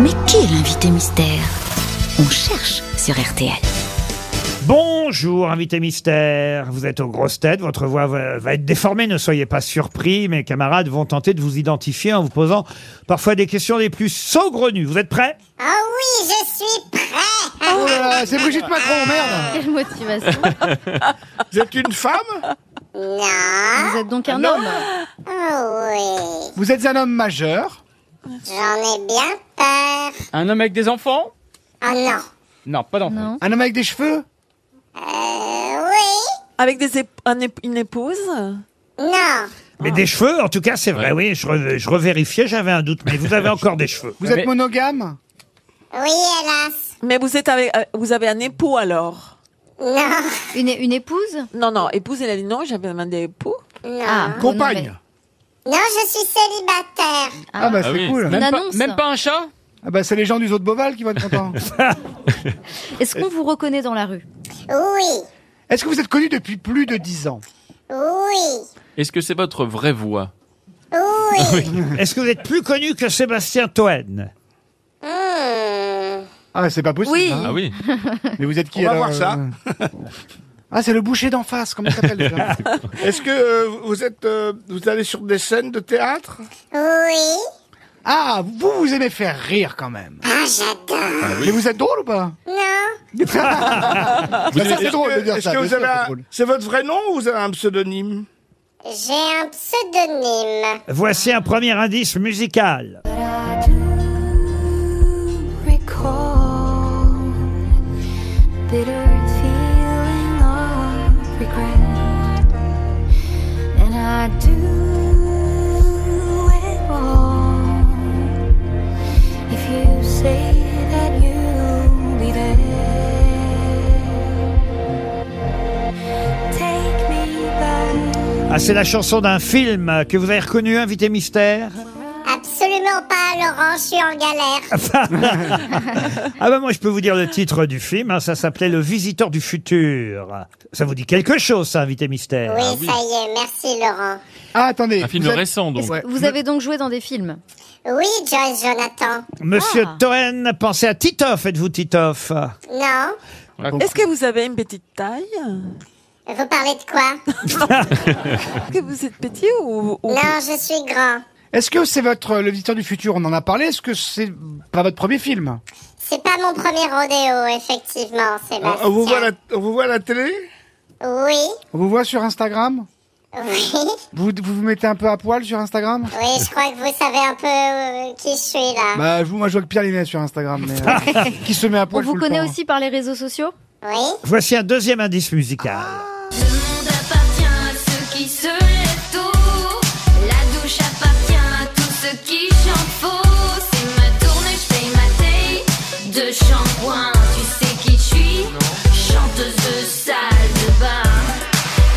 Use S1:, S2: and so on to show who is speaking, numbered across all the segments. S1: Mais qui est l'invité mystère On cherche sur RTL.
S2: Bonjour, invité mystère. Vous êtes aux grosses têtes, votre voix va va être déformée, ne soyez pas surpris. Mes camarades vont tenter de vous identifier en vous posant parfois des questions les plus saugrenues. Vous êtes prêts
S3: Ah oui, je suis prêt
S4: Oh là là, c'est Brigitte Macron, merde
S5: Quelle motivation
S4: Vous êtes une femme
S3: Non
S5: Vous êtes donc un homme
S3: Oh
S4: Vous êtes un homme majeur
S3: oui, j'en ai bien peur
S6: Un homme avec des enfants
S3: Oh non
S6: Non, pas d'enfants.
S5: Non.
S4: Un homme avec des cheveux
S3: Euh, oui
S7: Avec des ép- un ép- une épouse
S3: Non
S2: Mais des cheveux, en tout cas, c'est vrai. Oui, je, re- je revérifiais, j'avais un doute, mais vous avez encore des cheveux.
S4: Vous êtes
S6: Mais-
S4: monogame
S3: Oui, hélas
S7: Mais vous, êtes avec, euh, vous avez un époux alors
S3: Non
S5: Une, une épouse
S7: Non, non, épouse, elle a dit non, j'avais demandé époux.
S3: Non
S4: Ah. Compagne
S3: Non, je suis célibataire
S4: Ah bah c'est cool
S5: Une
S6: Même, pas,
S5: annonce.
S6: même pas un chat
S4: Ah bah c'est les gens du zoo de Beauval qui vont être contents
S5: Est-ce qu'on vous reconnaît dans la rue
S3: Oui
S4: Est-ce que vous êtes connu depuis plus de 10 ans
S3: Oui
S8: Est-ce que c'est votre vraie voix
S3: Oui
S2: Est-ce que vous êtes plus connu que Sébastien Toen
S3: Hmm.
S4: Ah c'est pas possible
S7: Oui.
S4: hein.
S8: Ah oui
S4: Mais vous êtes qui
S9: On va
S4: alors,
S9: voir ça.
S4: euh Ah c'est le boucher d'en face, comment il s'appelle déjà
S9: Est-ce que euh, vous êtes, euh, vous allez sur des scènes de théâtre
S3: Oui
S4: Ah, vous, vous aimez faire rire quand même
S3: Ah, j'adore
S4: Mais vous êtes drôle ou pas
S3: Non
S4: Bah, ça,
S9: Est-ce
S4: C'est drôle
S9: que-
S4: de dire
S9: est-ce
S4: ça,
S9: que
S4: bien
S9: vous
S4: sûr,
S9: avez
S4: c'est
S9: un-
S4: drôle.
S9: C'est votre vrai nom ou vous avez un pseudonyme
S3: J'ai un pseudonyme
S2: Voici un premier indice musical. Ah, c'est la chanson d'un film que vous avez reconnu, invité mystère
S3: Absolument pas, Laurent, je suis en galère
S2: Ah bah moi je peux vous dire le titre du film, hein, ça s'appelait Le Visiteur du Futur. Ça vous dit quelque chose, ça, invité mystère
S3: oui, ça y est, merci Laurent
S4: Ah attendez
S8: Un film
S4: vous êtes-
S8: récent donc.
S4: Ouais.
S5: Vous avez donc joué dans des films
S3: Oui, Joyce Jonathan
S2: Monsieur
S5: Ah.
S2: Toen, pensez à Titoff, êtes-vous Titoff
S3: Non
S7: Est-ce que vous avez une petite taille
S3: Vous parlez de quoi
S7: Est-ce que vous êtes petit ou, Ah ou-
S3: Non, je suis grand.
S4: Est-ce que c'est votre Le Visiteur du Futur On en a parlé, est-ce que c'est pas votre premier film
S3: C'est pas mon premier rodéo, effectivement, Sébastien.
S9: Ah, On, on vous voit à la, on vous voit à la télé
S3: Oui,
S4: On vous voit sur Instagram
S3: oui,
S4: vous, vous vous mettez un peu à poil sur Instagram
S3: oui, je crois que vous savez un peu euh, qui je suis là.
S4: Bah, vous, moi, je vois que Pierre Linet sur Instagram, mais euh, qui se met à
S5: On
S4: poil tout
S5: vous
S4: le
S5: connaît
S4: temps.
S5: aussi par les réseaux sociaux
S9: Bah,
S3: Oui,
S2: Voici un deuxième indice musical.
S10: Le monde appartient à ceux qui se lèvent tôt. La douche appartient à tous ceux qui chantent faux. C'est ma tournée, je paye ma taille de shampoing. Tu sais qui je suis Chanteuse de salle de bain.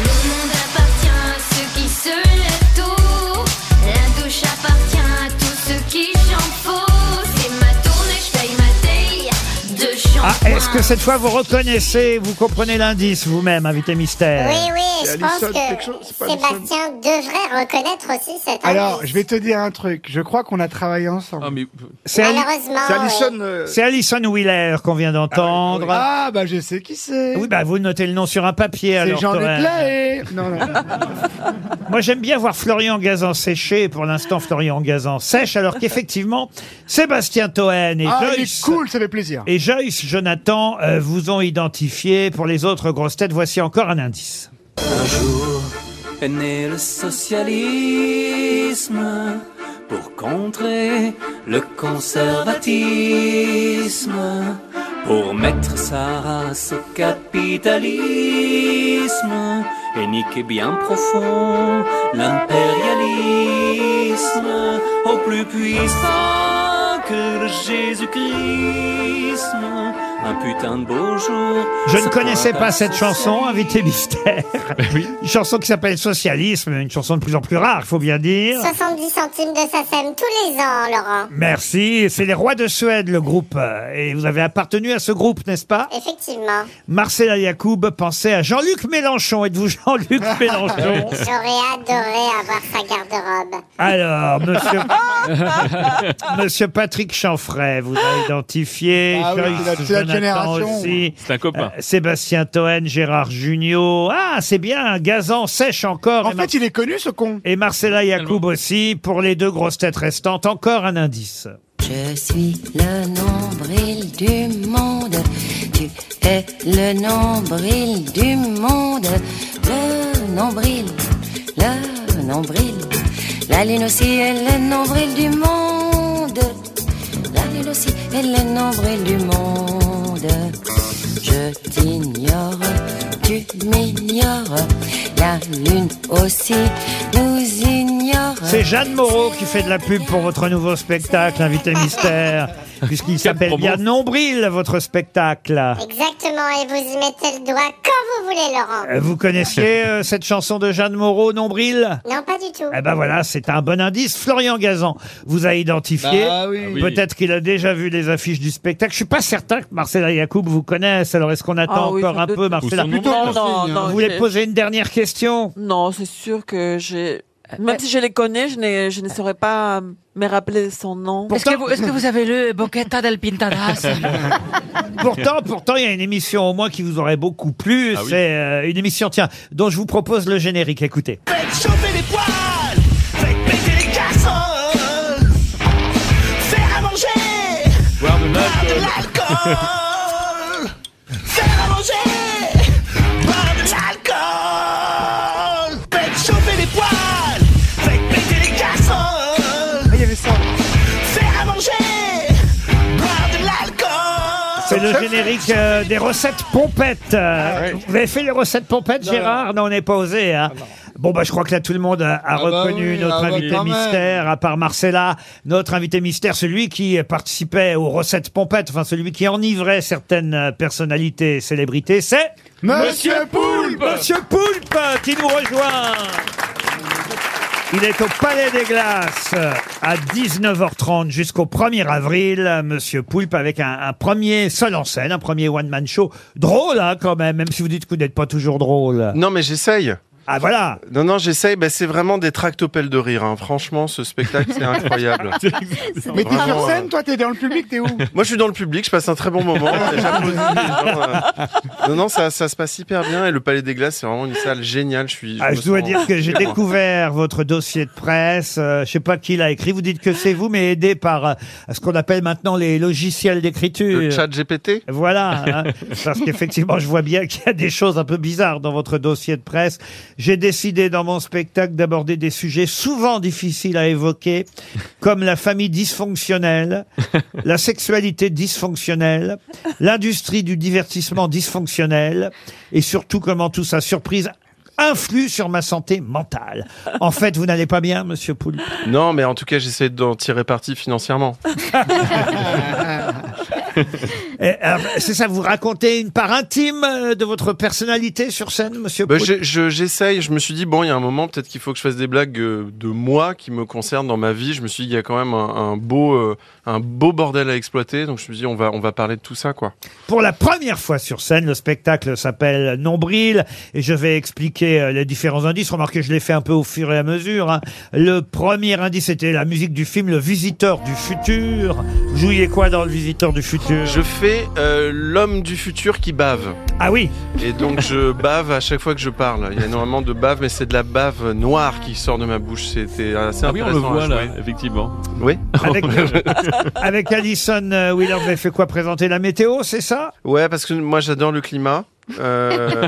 S10: Le monde appartient à ceux qui se lèvent tôt. La douche appartient à tous ceux qui chantent faux. C'est ma tournée, je paye ma taille de
S2: Ah,
S10: shampoing.
S2: est-ce que cette fois vous reconnaissez, vous comprenez l'indice vous-même, invité mystère
S3: oui, oui,
S9: bah, C'est
S3: et je pense
S9: Alison, quelque
S3: que
S9: chose, c'est pas Alison.
S3: Sébastien devrait reconnaître aussi cette
S4: Alors, je vais te dire un truc. Je crois qu'on a travaillé ensemble.
S8: Ah, mais
S2: C'est Ali-
S3: Malheureusement,
S9: C'est
S3: oui.
S9: Alison. euh,
S2: c'est Alison Wheeler qu'on vient d'entendre.
S4: Ah, bah, je sais qui c'est.
S2: Oui, bah vous notez le nom sur un papier
S4: c'est
S2: alors.
S4: Jean
S2: Toen.
S4: Leclerc. Non, non.
S2: Moi, j'aime bien voir Florian Gazan séché. Pour l'instant, Florian Gazan sèche, alors qu'effectivement, Sébastien Toen et
S4: Ah, il
S2: Joyce.
S4: est cool, ça fait plaisir.
S2: Et Joyce Jonathan euh, vous ont identifié. Pour les autres grosses têtes, voici encore un indice.
S11: Un jour est né le socialisme pour contrer le conservatisme, pour mettre sa race au capitalisme et niquer bien profond l'impérialisme au plus puissant que le Jésus-Christ
S12: un putain de beau jour.
S2: Je ne connaissais pas cette chanson, Invité Mystère. Une chanson qui s'appelle Socialisme, une chanson de plus en plus rare, faut bien dire.
S3: 70 centimes de SACEM tous les ans, Laurent.
S2: Merci. C'est les Rois de Suède, le groupe. euh, Et vous avez appartenu à ce groupe, n'est-ce pas
S3: Effectivement.
S2: Marcela Yacoub pensait à Jean-Luc Mélenchon. Êtes-vous Jean-Luc Mélenchon
S3: J'aurais adoré avoir sa garde-robe.
S2: Alors, monsieur, monsieur Patrick Chanfray vous a identifié.
S4: Ah oui,
S2: Joyce
S4: c'est la- c'est la
S2: Jonathan
S4: génération.
S2: aussi.
S13: C'est un
S8: Bah.
S13: copain.
S2: Euh, Sébastien Toen, Gérard Junior. Ah, c'est bien, Gazan sèche encore.
S4: En
S2: et, Mar-
S4: fait, il est connu, ce con.
S2: et Marcela Yacoub aussi. Pour les deux grosses têtes restantes, encore un indice.
S10: Je suis le nombril du monde. Tu es le nombril du monde. Le nombril, le nombril. La lune aussi est le nombril du monde. La lune aussi est le nombril du monde. Je t'ignore, tu m'ignores. La lune aussi nous ignore.
S2: C'est Jeanne Moreau qui fait de la pub pour votre nouveau spectacle, Invité Mystère. Puisqu'il s'appelle
S13: promo.
S2: bien Nombril, votre spectacle.
S3: Exactement, et vous y mettez le doigt quand vous voulez, Laurent.
S2: Euh, Vous connaissiez euh, cette chanson de Jeanne Moreau, Nombril
S3: Non, pas du tout.
S2: Eh ben voilà, c'est un bon indice. Florian Gazan vous a identifié.
S4: Bah oui.
S13: Ah oui.
S2: Peut-être qu'il a déjà vu les affiches du spectacle. Je suis pas certain que Marcela Yacoub vous connaisse. Alors est-ce qu'on attend
S7: Ah oui,
S2: encore
S7: sans
S2: un
S7: doute.
S2: peu,
S13: Ou
S2: Marcela
S13: son nom.
S4: Plutôt
S7: Non,
S4: bon
S7: non,
S4: signe, hein.
S7: non.
S2: Vous
S7: Ok.
S2: voulez poser une dernière question
S7: Non, c'est sûr que j'ai. Même si je les connais, je ne, je ne saurais pas euh, me rappeler son nom.
S2: Pourtant- que vous-
S7: avez le Boqueta del Pintadas
S2: Pourtant, pourtant, il y a une émission au moins qui vous aurait beaucoup plu.
S13: Ah oui.
S2: C'est euh, une émission, tiens, dont je vous propose le générique. Écoutez.
S12: Faites chauffer les poils, faites péter les casseroles, faire à manger,
S13: Boire de
S12: boire de
S13: l'alcool.
S12: l'alcool, faire à manger, boire de l'alcool, faites chauffer les poils, faites péter les casseroles,
S4: Ah, Il y avait ça.
S12: faire à manger, boire de l'alcool.
S2: C'est le générique euh, des recettes pompettes. Euh,
S4: Ah
S2: Vous avez fait les recettes pompettes, Gérard Non, on n'est pas osé. hein. Bon, bah, je crois que là, tout le monde a, a
S4: Ah bah
S2: reconnu
S4: oui,
S2: notre
S4: ah bah
S2: invité
S4: quand même.
S2: mystère, à part Marcella, notre invité mystère, celui qui participait aux recettes pompettes, enfin, celui qui enivrait certaines euh, personnalités et célébrités, c'est
S4: Monsieur Poulpe
S2: Monsieur Poulpe qui nous rejoint. Il est au Palais des Glaces euh, à 19h30 jusqu'au 1er avril, euh, Monsieur Poulpe, avec un, un premier seul en scène, un premier one-man show. Drôle, hein, quand même, même si vous dites que vous n'êtes pas toujours drôle.
S11: Non, mais j'essaye.
S2: Ah, voilà
S11: Non, non, j'essaye. Bah, c'est vraiment des tractopelles de rire. hein. Franchement, ce spectacle, c'est incroyable.
S4: Mais t'es
S11: Vraiment,
S4: sur
S11: euh,
S4: scène, toi T'es dans le public T'es où
S11: Moi, je suis dans le public. Je passe un très bon moment. J'applaudis les gens, euh. Non, non, ça, ça se passe hyper bien. Et le Palais des Glaces, c'est vraiment une salle géniale. Je suis.
S2: Ah,
S11: me
S2: je dois
S11: sens-
S2: dire que j'ai
S11: Moi.
S2: découvert votre dossier de presse. euh, je sais pas qui l'a écrit. Vous dites que c'est vous, mais aidé par euh, ce qu'on appelle maintenant les logiciels d'écriture.
S11: Le chat GPT.
S2: Voilà, hein. parce qu'effectivement, je vois bien qu'il y a des choses un peu bizarres dans votre dossier de presse. J'ai décidé dans mon spectacle d'aborder des sujets souvent difficiles à évoquer, comme la famille dysfonctionnelle, la sexualité dysfonctionnelle, l'industrie du divertissement dysfonctionnel, et surtout comment tout ça, surprise, influe sur ma santé mentale. En fait, vous n'allez pas bien, monsieur Poulpe.
S11: Non, mais en tout cas, j'essaie d'en tirer parti financièrement.
S2: Eh, alors, C'est ça, vous racontez une part intime euh, de votre personnalité sur scène, monsieur
S11: Bah,
S2: Poulpe
S11: j'ai- je- j'essaye. Je me suis dit bon, il y a un moment, peut-être qu'il faut que je fasse des blagues euh, de moi qui me concernent dans ma vie. Je me suis dit, il y a quand même un, un beau, euh, un beau bordel à exploiter. Donc, je me suis dit, on va, on va parler de tout ça, quoi.
S2: Pour la première fois sur scène, le spectacle s'appelle Nombril et je vais expliquer euh, les différents indices. Remarquez, je l'ai fait un peu au fur et à mesure. hein. Le premier indice était la musique du film Le Visiteur du Futur. Vous Jouiez quoi dans Le Visiteur du Futur
S11: Je fais euh, l'homme du futur qui bave.
S2: Ah oui,
S11: Et donc je bave à chaque fois que je parle. Il y a énormément de bave, mais c'est de la bave noire qui sort de ma bouche. C'était assez
S13: Ah oui, on le
S11: intéressant à
S13: voit là,
S11: jouer.
S13: effectivement.
S11: Oui.
S2: avec, avec Alison euh, Wheeler, vous avez fait quoi Présenter la météo, c'est ça
S11: Ouais, parce que moi j'adore le climat. Euh,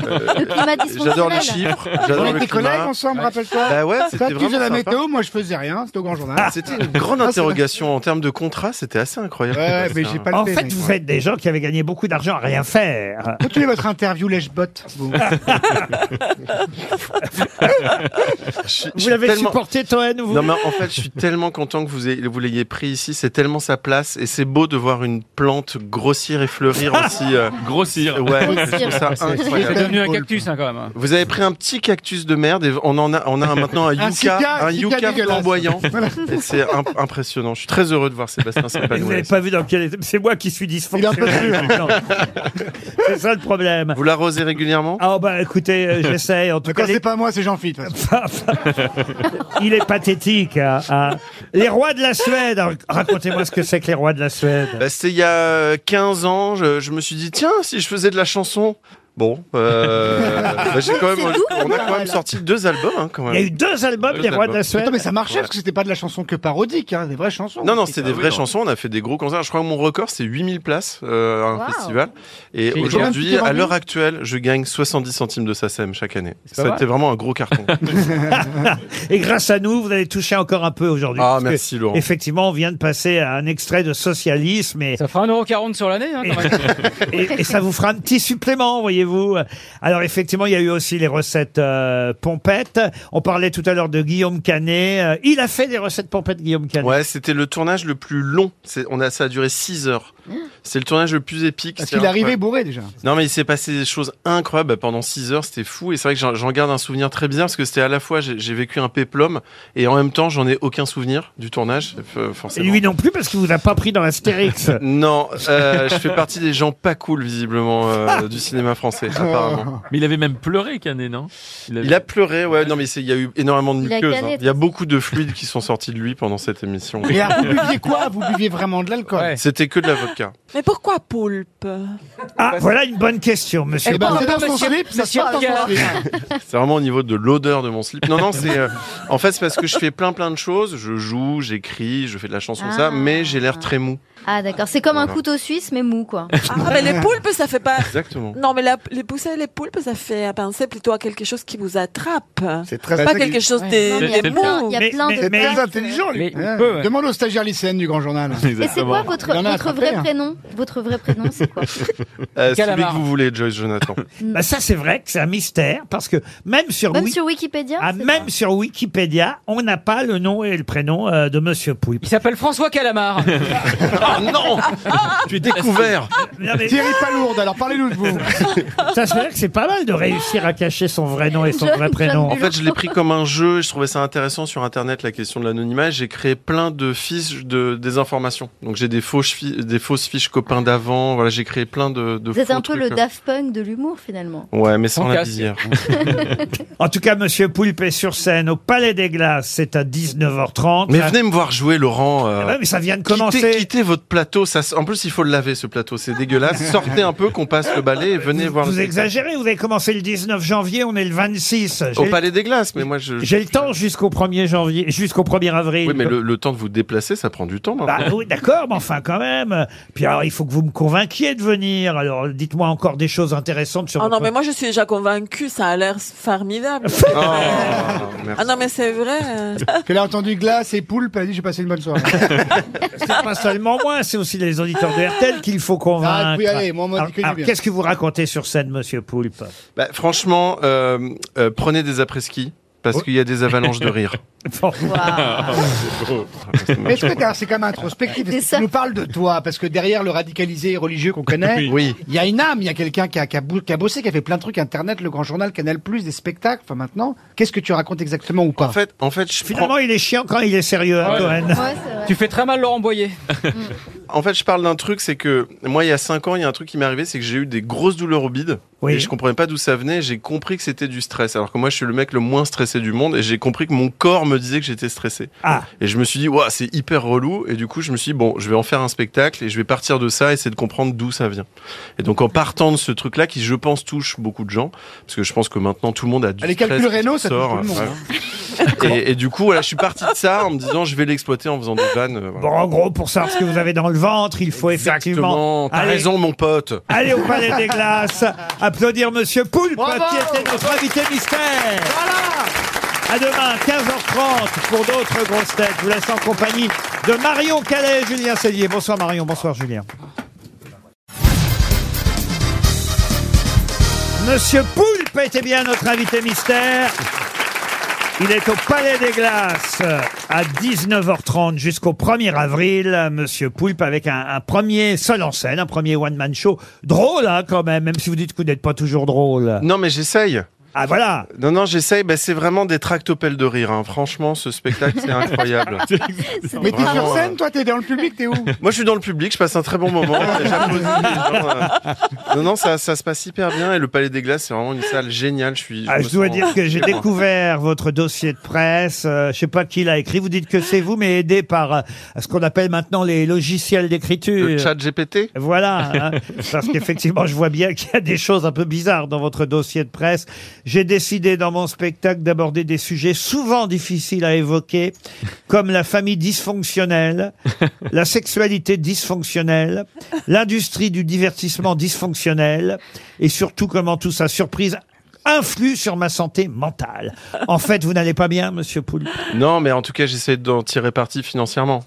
S5: Le climat
S11: J'adore les
S5: dysfonctionnel.
S11: chiffres.
S4: On
S11: J'adore le
S4: était collègues
S11: climat.
S4: ensemble, rappelle-toi.
S11: Bah ouais, c'était
S4: Toi, tu
S11: vraiment
S4: faisais la
S11: sympa.
S4: météo, moi je faisais rien, c'était au grand journal.
S11: C'était une grande
S4: Ah, c'est vrai.
S11: interrogation en termes de contrat, c'était assez incroyable.
S4: Ouais, mais j'ai pas le
S2: En
S4: fait,
S2: fait,
S4: mec.
S2: vous êtes des gens qui avaient gagné beaucoup d'argent à rien faire.
S4: Continuez votre interview, lèche-botte. vous.
S2: Vous l'avez supporté, Toen, vous
S11: Non, mais en fait, je suis tellement content que vous ayez- vous l'ayez pris ici. C'est tellement sa place. Et c'est beau de voir une plante grossir et fleurir aussi. euh,
S13: Grossir. Grossir.
S11: Ouais, je trouve ça
S13: C'est-
S11: incroyable.
S8: C'est devenu un cactus, hein, quand même.
S11: Vous avez pris un petit cactus de merde et on en a, on a maintenant un
S8: Un
S11: yucca,
S8: cica- cica
S11: un yucca
S8: dégueulasse.
S11: flamboyant.
S8: Voilà.
S11: Et C'est imp- impressionnant. Je suis très heureux de voir Sébastien
S2: Et Vous n'avez
S11: s'épanouir.
S2: pas vu dans quel état- C'est moi qui suis dysfonctionnel. Non. C'est ça le problème.
S11: Vous l'arrosez régulièrement
S2: Ah bah écoutez, euh, j'essaye. En tout cas,
S4: Quand c'est pas moi, c'est Jean-Philippe.
S2: il est pathétique. hein, hein. Les rois de la Suède. Alors, Racontez-moi ce que c'est que les rois de la Suède.
S11: Bah, C'était il y a 15 ans, je, je me suis dit, tiens, si je faisais de la chanson. Bon, euh, bah, j'ai quand même, on a quand même sorti deux albums. hein, quand même.
S2: Il y a eu deux albums
S11: Deux
S2: des rois de la
S11: albums.
S2: Suède.
S4: Attends, mais ça marchait
S11: Ouais.
S4: parce que c'était pas de la chanson que parodique, hein, des vraies chansons.
S11: Non, non, c'était des
S4: Ah oui,
S11: vraies
S4: non.
S11: chansons. On a fait des gros concerts. Je crois que mon record, c'est 8000 places euh, à un
S4: Wow.
S11: festival. Et
S4: Génial.
S11: aujourd'hui,
S4: Combien de
S11: à
S4: tickets
S11: l'heure
S4: vendus
S11: actuelle, je gagne 70 centimes de SACEM chaque année.
S8: pas
S11: C'était
S8: mal.
S11: vraiment un gros carton.
S2: Et grâce à nous, vous allez toucher encore un peu aujourd'hui.
S11: Ah,
S2: parce que,
S11: merci, Laurent.
S2: Effectivement, on vient de passer à un extrait de socialisme et,
S8: Ça fera 1,40€ sur l'année, hein, quand même.
S2: et- et ça vous fera un petit supplément, voyez-vous. Alors, effectivement, il y a eu aussi les recettes euh, pompettes. On parlait tout à l'heure de Guillaume Canet. Euh, il a fait des recettes pompettes, Guillaume Canet.
S11: ouais, c'était le tournage le plus long. C'est- On a, ça a duré 6 heures.
S5: Ah.
S11: C'est le tournage le plus épique.
S4: Parce
S11: C'est
S4: qu'il arrivait
S11: incroyable.
S4: bourré déjà.
S11: Non, mais il s'est passé des choses incroyables Bah, pendant 6 heures. C'était fou. Et c'est vrai que j'en- j'en garde un souvenir très bizarre parce que c'était à la fois, j'ai j'ai vécu un péplum et en même temps, j'en ai aucun souvenir du tournage. f-
S2: Et
S11: Forcément.
S2: lui non plus, parce qu'il vous a pas pris dans l'Astérix.
S11: Non, euh, je fais partie des gens pas cool visiblement euh, du cinéma français apparemment.
S13: Mais il avait même pleuré, Canet, non
S11: Il a pleuré, ouais. Non mais c'est- il y a eu énormément de
S5: Il a
S11: muqueuses.
S5: galéré.
S11: hein. Il y a beaucoup de fluides qui sont sortis de lui pendant cette émission.
S4: Mais alors, vous buviez quoi Vous buviez vraiment de l'alcool Eh
S11: C'était que de la vodka.
S7: Mais pourquoi poulpe
S2: Ah,
S11: Bah,
S2: voilà une bonne question, monsieur.
S4: Eh ben, c'est dans son
S8: monsieur-
S4: slip, ça se
S8: monsieur
S4: passe dans son
S8: Pierre.
S4: slip.
S11: C'est vraiment au niveau de l'odeur de mon slip. Non non, c'est euh, en fait c'est parce que je fais plein plein de choses. Je joue, j'écris, je fais de la chanson ça,
S5: Ah.
S11: mais j'ai l'air très mou.
S5: Ah d'accord, c'est comme un
S11: Voilà.
S5: couteau suisse mais mou quoi.
S7: Ah, mais les poulpes, ça fait pas.
S11: Exactement.
S7: Non, mais la- les poussées et les poulpes, ça fait penser plutôt à quelque chose qui vous attrape.
S4: C'est très
S7: Pas quelque chose
S5: Non, mais
S7: des,
S5: il y a
S7: des
S5: plein, il
S7: mots.
S5: y a
S2: Mais-
S5: plein
S2: mais-
S5: de
S4: C'est très
S5: places.
S4: intelligent, lui.
S8: Mais il
S4: Ouais.
S8: peut, ouais.
S4: Demande aux stagiaires lycéennes du grand journal.
S5: Et c'est quoi votre,
S4: Il en a
S5: votre
S4: attrapé,
S5: vrai
S4: hein.
S5: prénom Votre vrai prénom c'est quoi
S11: Euh, celui
S8: Calamar.
S11: que vous voulez, Joyce Jonathan.
S2: Bah, ça, c'est vrai que c'est un mystère, parce que même sur,
S5: Même
S2: Wik-
S5: sur Wikipédia
S2: ah,
S5: c'est
S2: même sur Wikipédia, on n'a pas le nom et le prénom euh, de monsieur Pouille.
S8: Il s'appelle François Calamar.
S11: Ah non, tu es découvert.
S2: Non, mais-
S4: Thierry Palourde, alors parlez-nous de vous.
S2: Ça, c'est vrai que c'est pas mal de réussir à cacher son vrai nom et son
S5: Je-
S2: vrai
S5: je-
S2: prénom.
S11: En fait, je l'ai pris comme un jeu. et Je trouvais ça intéressant sur Internet, la question de l'anonymat. et J'ai créé plein de fiches de désinformation. Donc, j'ai des fausses, fi- des fausses fiches copains d'avant. Voilà, j'ai créé plein de, de
S5: Vous êtes
S11: faux
S5: un peu
S11: trucs.
S5: le Daft Punk de l'humour finalement.
S11: Ouais, mais sans
S8: Sans
S11: la
S8: casque.
S11: visière.
S2: En tout cas, Monsieur Poulpe est sur scène au Palais des Glaces. C'est à 19h30.
S11: Mais
S2: Ça-
S11: venez me voir jouer, Laurent. euh,
S2: Ah ouais, mais ça vient de
S11: quittez-
S2: commencer.
S11: quittez votre plateau. Ça, se- en plus, il faut le laver, ce plateau. C'est dégueulasse. Sortez un peu, qu'on passe le balai et venez voir. le
S2: Ah. Vous
S11: spectacle.
S2: exagérez, vous avez commencé le 19 janvier, on est le 26.
S11: Au
S2: J'ai-
S11: Palais des Glaces, mais moi, je.
S2: J'ai le temps jusqu'au 1er janvier, jusqu'au 1er avril.
S11: Oui, mais le, le temps de vous déplacer, ça prend du temps.
S2: Bah
S11: maintenant.
S2: oui, d'accord, mais enfin quand même. Puis alors, il faut que vous me convainquiez de venir. Alors, dites-moi encore des choses intéressantes sur
S7: Ah non,
S2: votre-
S7: mais moi je suis déjà convaincue, ça a l'air formidable.
S2: Bah.
S11: Ah, merci.
S7: Ah non, mais c'est vrai.
S4: Qu'elle a entendu glace et poulpe, elle a dit j'ai passé une bonne soirée.
S2: C'est pas seulement moi, c'est aussi les auditeurs de RTL qu'il faut convaincre.
S4: Ah, puis allez, moi, on m'a dit
S2: Alors-
S4: que du
S2: alors,
S4: bien.
S2: qu'est-ce que vous racontez sur scène, Monsieur Poulpe
S11: Bah, franchement, euh, euh, prenez des après-ski parce
S2: Oh.
S11: qu'il y a des avalanches de rire.
S2: Bon.
S4: Mais est-ce que t'as- c'est quand même introspectif
S5: C'est
S4: Est-ce que
S5: ça.
S4: Tu nous parles de toi, parce que derrière le radicalisé religieux qu'on connaît, il
S11: Oui.
S4: y a une âme, il y a quelqu'un qui a, qui, a bou- qui a bossé, qui a fait plein de trucs, Internet, le Grand Journal, Canal+, des spectacles, enfin maintenant, qu'est-ce que tu racontes exactement ou pas
S11: En fait, en fait, je prends-
S2: Finalement, il est chiant quand il est sérieux, hein,
S8: Ouais.
S2: Cohen.
S5: Ouais, c'est vrai.
S8: Tu fais très mal Laurent Boyer.
S11: en fait, je parle d'un truc, c'est que moi, il y a cinq ans, il y a un truc qui m'est arrivé, c'est que j'ai eu des grosses douleurs au bide
S2: Oui.
S11: et je comprenais pas d'où ça venait. J'ai compris que c'était du stress, alors que moi, je suis le mec le moins stressé du monde et j'ai compris que mon corps me disait que j'étais stressé.
S2: Ah.
S11: Et je me suis dit, Ouah, c'est hyper relou. Et du coup, je me suis dit, bon, je vais en faire un spectacle et je vais partir de ça, essayer de comprendre d'où ça vient. Et donc, en partant de ce truc-là, qui, je pense, touche beaucoup de gens, parce que je pense que maintenant, tout le monde a du
S4: Les
S11: stress
S4: calculs
S11: qui
S4: rénaux, ça touche
S11: sort, euh,
S4: tout le monde, hein.
S11: voilà. et, et du coup, voilà, je suis parti de ça en me disant, je vais l'exploiter en faisant des vannes. euh, voilà.
S2: Bon, en gros, pour savoir ce que vous avez dans le ventre, il faut effectivement
S11: Exactement, t'as
S2: Allez.
S11: raison, mon pote.
S2: aller au Palais des Glaces à applaudir Monsieur Poulpe
S12: Bravo
S2: qui était notre invité mystère. À demain, 15h30 pour d'autres grosses têtes. Je vous laisse en compagnie de Marion Calais et Julien Cellier. Bonsoir Marion, bonsoir Julien. Monsieur Poulpe était bien notre invité mystère. Il est au Palais des Glaces à 19h30 jusqu'au 1er avril. Monsieur Poulpe avec un, un premier seul en scène, un premier one-man show. Drôle hein, quand même, même si vous dites que vous n'êtes pas toujours drôle.
S11: Non, mais j'essaye.
S2: Ah voilà
S11: Non, non, j'essaye. Bah, c'est vraiment des tractopelles de rire. hein. Franchement, ce spectacle, c'est incroyable.
S4: Mais t'es sur
S11: Vraiment,
S4: scène, toi, t'es dans le public, t'es où
S11: euh, Moi, je suis dans le public, je passe un très bon moment. J'applaudis les gens, euh. Non, non, ça, ça se passe hyper bien. Et le Palais des Glaces, c'est vraiment une salle géniale. Je, suis,
S2: Ah,
S11: me
S2: je dois
S11: sens
S2: dire que j'ai
S11: chez moi.
S2: découvert votre dossier de presse. Euh, je sais pas qui l'a écrit. Vous dites que c'est vous, mais aidé par euh, ce qu'on appelle maintenant les logiciels d'écriture.
S11: Le chat GPT
S2: Voilà. hein. parce qu'effectivement, je vois bien qu'il y a des choses un peu bizarres dans votre dossier de presse. J'ai décidé dans mon spectacle d'aborder des sujets souvent difficiles à évoquer, comme la famille dysfonctionnelle, la sexualité dysfonctionnelle, l'industrie du divertissement dysfonctionnel, et surtout comment tout ça, surprise, influe sur ma santé mentale. En fait, vous n'allez pas bien, monsieur Poulpe.
S11: Non, mais en tout cas, j'essaie d'en tirer parti financièrement.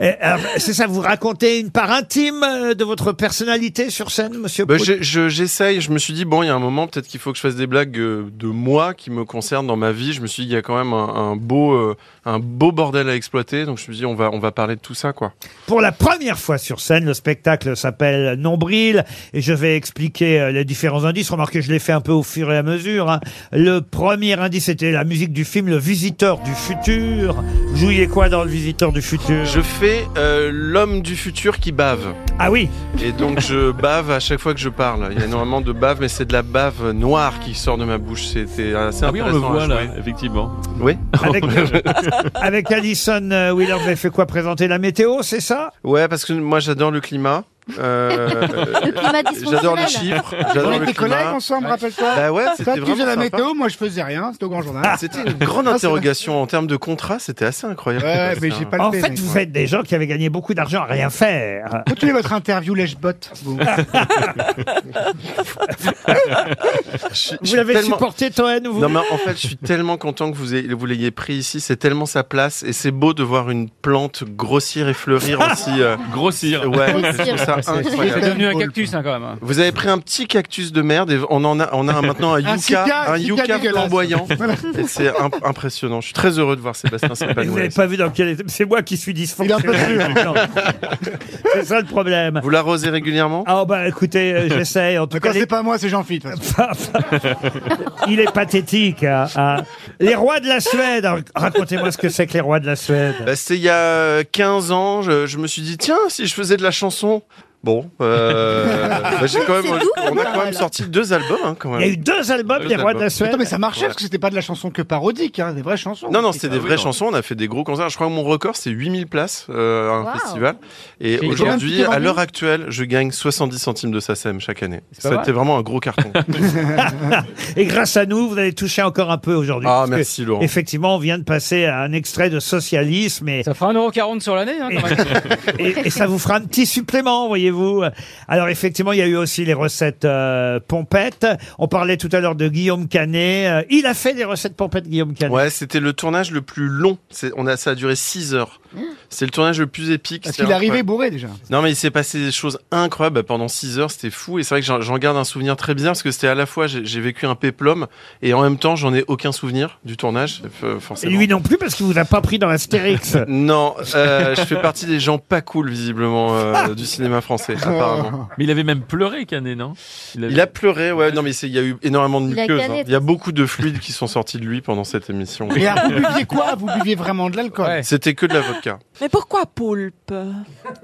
S2: Eh, alors, C'est ça, vous racontez une part intime euh, de votre personnalité sur scène, monsieur
S11: Bah,
S2: Poulpe
S11: j'ai- je- J'essaye, je me suis dit, bon, il y a un moment, peut-être qu'il faut que je fasse des blagues euh, de moi qui me concernent dans ma vie. Je me suis dit, il y a quand même un, un beau, euh, un beau bordel à exploiter. Donc je me suis dit, on va, on va parler de tout ça, quoi.
S2: Pour la première fois sur scène, le spectacle s'appelle Nombril et je vais expliquer euh, les différents indices. Remarquez, je l'ai fait un peu au fur et à mesure. hein. Le premier indice était la musique du film Le Visiteur du Futur. Jouiez quoi dans Le Visiteur du Futur
S11: Je fais euh, l'homme du futur qui bave.
S2: Ah oui
S11: Et donc je bave à chaque fois que je parle. Il y a énormément de bave, mais c'est de la bave noire qui sort de ma bouche. C'était assez
S13: Ah oui, on le
S11: intéressant à
S13: voit là,
S8: hein,
S11: jouer.
S13: effectivement.
S11: Oui.
S2: Avec, avec Alison euh, Wheeler, vous avez fait quoi Présenter la météo, c'est ça
S11: Ouais, parce que moi j'adore le climat. Euh,
S4: Le climat
S11: j'adore les
S4: dysfonctionnel.
S11: chiffres.
S4: On
S11: J'adore le
S4: était collègues
S11: climat.
S4: ensemble, rappelle-toi.
S11: Bah ouais,
S4: Toi,
S11: c'était
S4: tu faisais la
S11: vraiment sympa.
S4: météo, moi, je faisais rien. C'était au grand journal.
S11: C'était une grande
S4: Ah, c'est vrai.
S11: interrogation en termes de contrat, c'était assez incroyable.
S4: Ouais, mais
S11: Ça.
S4: j'ai pas le
S2: En
S4: fait,
S2: fait,
S4: mec,
S2: vous
S4: ouais.
S2: êtes des gens qui avaient gagné beaucoup d'argent à rien faire.
S4: Continuez votre interview, lèche-bot.
S11: Ah, Je suis- je
S2: Vous
S11: suis
S2: l'avez
S11: tellement-
S2: supporté, Toen vous...
S11: Non mais en fait, je suis tellement content que vous, ayez- vous l'ayez pris ici. C'est tellement sa place et c'est beau de voir une plante grossir et fleurir aussi. euh,
S13: Grossir.
S11: Ouais, je trouve ça
S8: C'est
S11: incroyable.
S8: devenu un cactus hein, quand même.
S11: Vous avez pris un petit cactus de merde et on en a, on a maintenant un
S4: Un
S11: yucca,
S4: cigare- cigare
S11: un yucca
S4: dégueulasse.
S11: flamboyant. Et C'est imp- impressionnant. Je suis très heureux de voir Sébastien
S2: Et Vous n'avez
S11: s'épanouir.
S2: pas vu dans quel état. C'est moi qui suis dysfonctionnel. Non. C'est ça le problème.
S11: Vous l'arrosez régulièrement
S2: Ah bah écoutez, euh, j'essaye. En tout
S4: Mais quand
S2: cas,
S4: c'est pas moi, c'est Jean-Philippe.
S11: Ah,
S2: il est pathétique. hein, hein. Les rois de la Suède. Alors, Racontez-moi ce que c'est que les rois de la Suède.
S11: Bah, C'était il y a 15 ans. Je, je me suis dit tiens, si je faisais de la chanson. Bon, euh, bah, j'ai quand même, on a quand même sorti deux albums hein, quand
S2: Il y a
S11: même.
S2: eu deux albums
S11: Deux
S2: des rois de
S11: albums.
S2: la
S4: Attends, mais
S2: Suède.
S4: ça marchait
S11: Ouais.
S4: parce que c'était pas de la chanson que parodique, hein, des vraies chansons.
S11: Non, non, c'était des
S13: Ah oui,
S11: vraies
S13: non.
S11: chansons. On a fait des gros concerts. Je crois que mon record, c'est 8000 places euh, à un
S5: Wow.
S11: festival. Et
S8: combien de
S11: aujourd'hui,
S4: tickets
S11: à
S4: vendus
S11: l'heure actuelle, je gagne 70 centimes de SACEM chaque année.
S8: pas
S11: C'était vraiment un gros carton.
S2: Et grâce à nous, vous allez toucher encore un peu aujourd'hui.
S11: ah,
S2: parce que,
S11: merci Laurent.
S2: Effectivement, on vient de passer à un extrait de socialisme et,
S8: Ça fera 1,40€ sur l'année hein, quand même.
S2: et, et ça vous fera un petit supplément, voyez-vous. Alors effectivement, il y a eu aussi les recettes euh, pompettes. On parlait tout à l'heure de Guillaume Canet. Euh, il a fait des recettes pompettes, Guillaume Canet.
S11: Ouais, c'était le tournage le plus long. C'est- On a, ça a duré 6 heures. C'est le tournage le plus épique.
S4: Parce
S11: C'est
S4: qu'il est arrivé
S11: incroyable.
S4: bourré déjà.
S11: Non, mais il s'est passé des choses incroyables Bah, pendant 6 heures. C'était fou. Et c'est vrai que j'en- j'en garde un souvenir très bizarre parce que c'était à la fois, j'ai j'ai vécu un péplum et en même temps, j'en ai aucun souvenir du tournage. f-
S2: Et
S11: Forcément.
S2: lui non plus parce qu'il vous a pas pris dans l'Astérix.
S11: Non, euh, je fais partie des gens pas cool visiblement euh, du cinéma français apparemment.
S13: Mais il avait même pleuré, Canet, non
S11: Il a pleuré, ouais. Non mais c'est- il y a eu énormément de
S5: Il a
S11: muqueuses. hein.
S5: cané,
S11: Il, y a beaucoup de fluides qui sont sortis de lui pendant cette émission.
S4: Et alors, vous buviez quoi Vous buviez vraiment de l'alcool
S8: Ouais.
S11: C'était que de la vodka.
S7: Mais pourquoi poulpe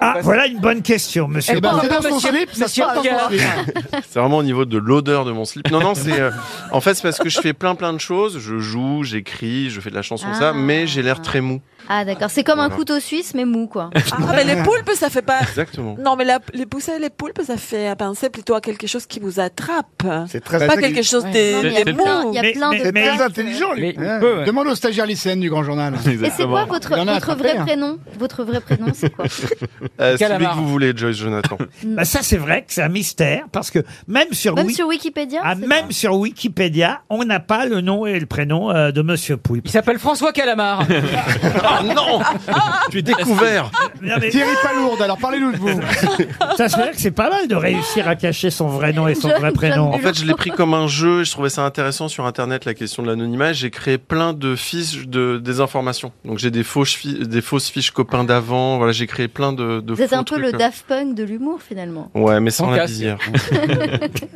S2: Ah, voilà une bonne question, monsieur.
S4: Bah, Eh ben,
S2: Poulpe.
S4: c'est dans son
S8: Monsieur-
S4: slip, ça
S8: Monsieur
S4: sort dans son
S8: Pierre.
S4: slip.
S11: C'est vraiment au niveau de l'odeur de mon slip. Non non, c'est euh, en fait c'est parce que je fais plein plein de choses. Je joue, j'écris, je fais de la chanson ça,
S5: Ah.
S11: mais j'ai l'air très mou.
S5: Ah d'accord, c'est comme un
S11: Voilà.
S5: couteau suisse mais mou quoi.
S7: Ah, mais les poulpes, ça fait pas.
S11: Exactement.
S7: Non, mais la les poussins et les poulpes, ça fait à penser plutôt à quelque chose qui vous attrape. C'est
S9: très
S7: Pas
S9: intelligent.
S7: quelque chose
S9: Ouais.
S7: des,
S9: Non, mais il y a
S7: des
S9: plein-
S7: mots.
S9: il y a Mais- plein de mais- mais-
S4: C'est
S9: Très
S4: intelligent, lui. Ouais.
S9: peut, ouais.
S4: Demande au stagiaire lycéenne du Grand Journal.
S5: Et c'est quoi votre,
S4: Il en a
S5: votre
S4: attrapé,
S5: vrai
S4: hein.
S5: prénom Votre vrai prénom, c'est quoi
S11: Euh, celui
S2: Calamar.
S11: que vous voulez, Joyce Jonathan.
S2: Bah, ça, c'est vrai que c'est un mystère, parce que même sur,
S5: Même
S2: Wik-
S5: sur Wikipédia
S2: ah, même sur Wikipédia, on n'a pas le nom et le prénom euh, de Monsieur Poulpe. Il s'appelle François Calamar.
S11: oh non Tu es découvert
S4: Thierry Palourde, alors parlez-nous de vous.
S2: Ça, c'est vrai que c'est pas mal de réussir à cacher son vrai nom et son vrai prénom.
S11: En fait, je l'ai pris comme un jeu et je trouvais ça intéressant sur Internet, la question de l'anonymat. et J'ai créé plein de fiches de désinformation. Donc, j'ai des fausses, fi- des fausses fiches copains d'avant. Voilà, j'ai créé plein de, de
S5: Vous êtes
S11: faux
S5: un peu
S11: trucs,
S5: le
S11: euh.
S5: Daft Punk de l'humour, finalement.
S11: Ouais, mais sans
S2: Sans
S11: la
S2: casse.
S11: visière.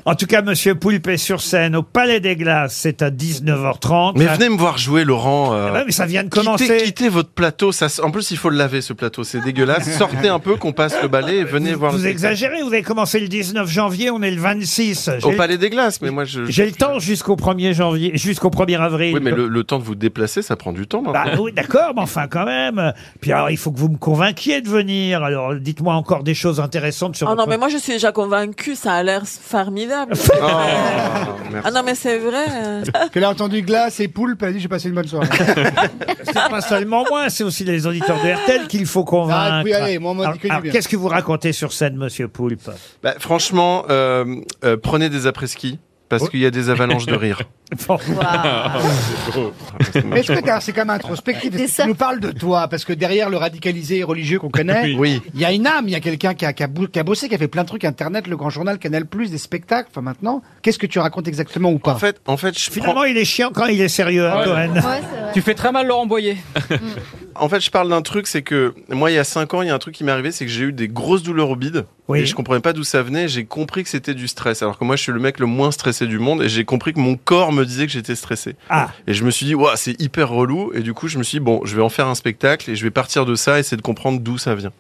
S2: En tout cas, Monsieur Poulpe est sur scène au Palais des Glaces. C'est à 19h30.
S11: Mais venez me voir jouer, Laurent. euh,
S2: Ah ouais, mais ça vient de
S11: quittez-
S2: commencer.
S11: Quittez votre plateau. Ça, s- en plus, il faut le laver, ce plateau. C'est dégueulasse. Sortez un peu, qu'on passe le balai et venez voir. le
S2: Vous
S11: spectacle.
S2: exagérez, vous avez commencé le 19 janvier, on est le 26. J'ai
S11: Au
S2: le-
S11: Palais des Glaces, mais moi, je.
S2: J'ai le temps jusqu'au 1er janvier, jusqu'au 1er avril.
S11: Oui, mais le, le temps de vous déplacer, ça prend du temps.
S2: Bah
S11: maintenant.
S2: oui, d'accord, mais enfin quand même. Puis alors, il faut que vous me convainquiez de venir. Alors, dites-moi encore des choses intéressantes sur
S7: Ah non,
S2: votre-
S7: mais moi je suis déjà convaincue, ça a l'air formidable.
S11: merci.
S7: ah non, mais c'est vrai.
S4: Qu'elle a entendu glace et poulpe, elle a dit j'ai passé une bonne soirée.
S2: C'est pas seulement moi, c'est aussi les auditeurs de RTL qu'il faut convaincre.
S4: Ah, oui, allez, moi, on m'a dit
S2: Alors-
S4: que du
S2: alors,
S4: bien.
S2: qu'est-ce que vous racontez sur scène, monsieur Poulpe
S11: Bah, franchement, euh, euh, prenez des après-ski parce qu'il y a des avalanches de rire.
S4: Mais est-ce que t'as- c'est quand même introspectif Est-ce que Tu nous parles de toi, parce que derrière le radicalisé et religieux qu'on connaît,
S11: Oui.
S4: il y a une âme, il y a quelqu'un qui a, qui, a bou- qui a bossé, qui a fait plein de trucs, Internet, le Grand Journal, Canal+, des spectacles, enfin maintenant, qu'est-ce que tu racontes exactement ou pas
S11: En fait, en fait, je
S2: Finalement, il est chiant quand il est sérieux, hein,
S11: Ouais.
S2: Cohen.
S11: Ouais,
S8: Tu fais très mal Laurent Boyer.
S11: En fait, je parle d'un truc, c'est que moi, il y a 5 ans, il y a un truc qui m'est arrivé, c'est que j'ai eu des grosses douleurs au bide.
S2: Oui.
S11: Et je comprenais pas d'où ça venait. J'ai compris que c'était du stress. Alors que moi, je suis le mec le moins stressé du monde. Et j'ai compris que mon corps me disait que j'étais stressé.
S2: Ah.
S11: Et je me suis dit, Ouah, c'est hyper relou. Et du coup, je me suis dit, bon, je vais en faire un spectacle et je vais partir de ça et essayer de comprendre d'où ça vient.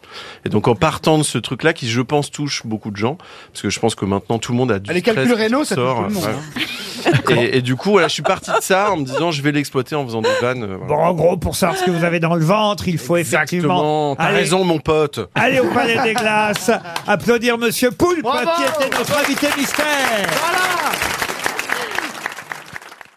S11: Et donc, en partant de ce truc-là, qui, je pense, touche beaucoup de gens, parce que je pense que maintenant, tout le monde a du
S4: Les
S11: stress.
S4: calculs
S11: qui
S4: rénaux, ça touche
S11: sort.
S4: tout le monde, hein.
S11: Ouais. Et, et du coup, voilà, je suis parti de ça en me disant, je vais l'exploiter en faisant des vannes. euh, voilà.
S2: Bon, en gros, pour savoir ce que vous avez dans le ventre, il faut effectivement.
S11: Exactement. T'as
S2: aller-
S11: raison, mon pote.
S2: Allez au Palais des Glaces, applaudir Monsieur Poulpe,
S12: Bravo
S2: qui était notre invité mystère.
S12: Voilà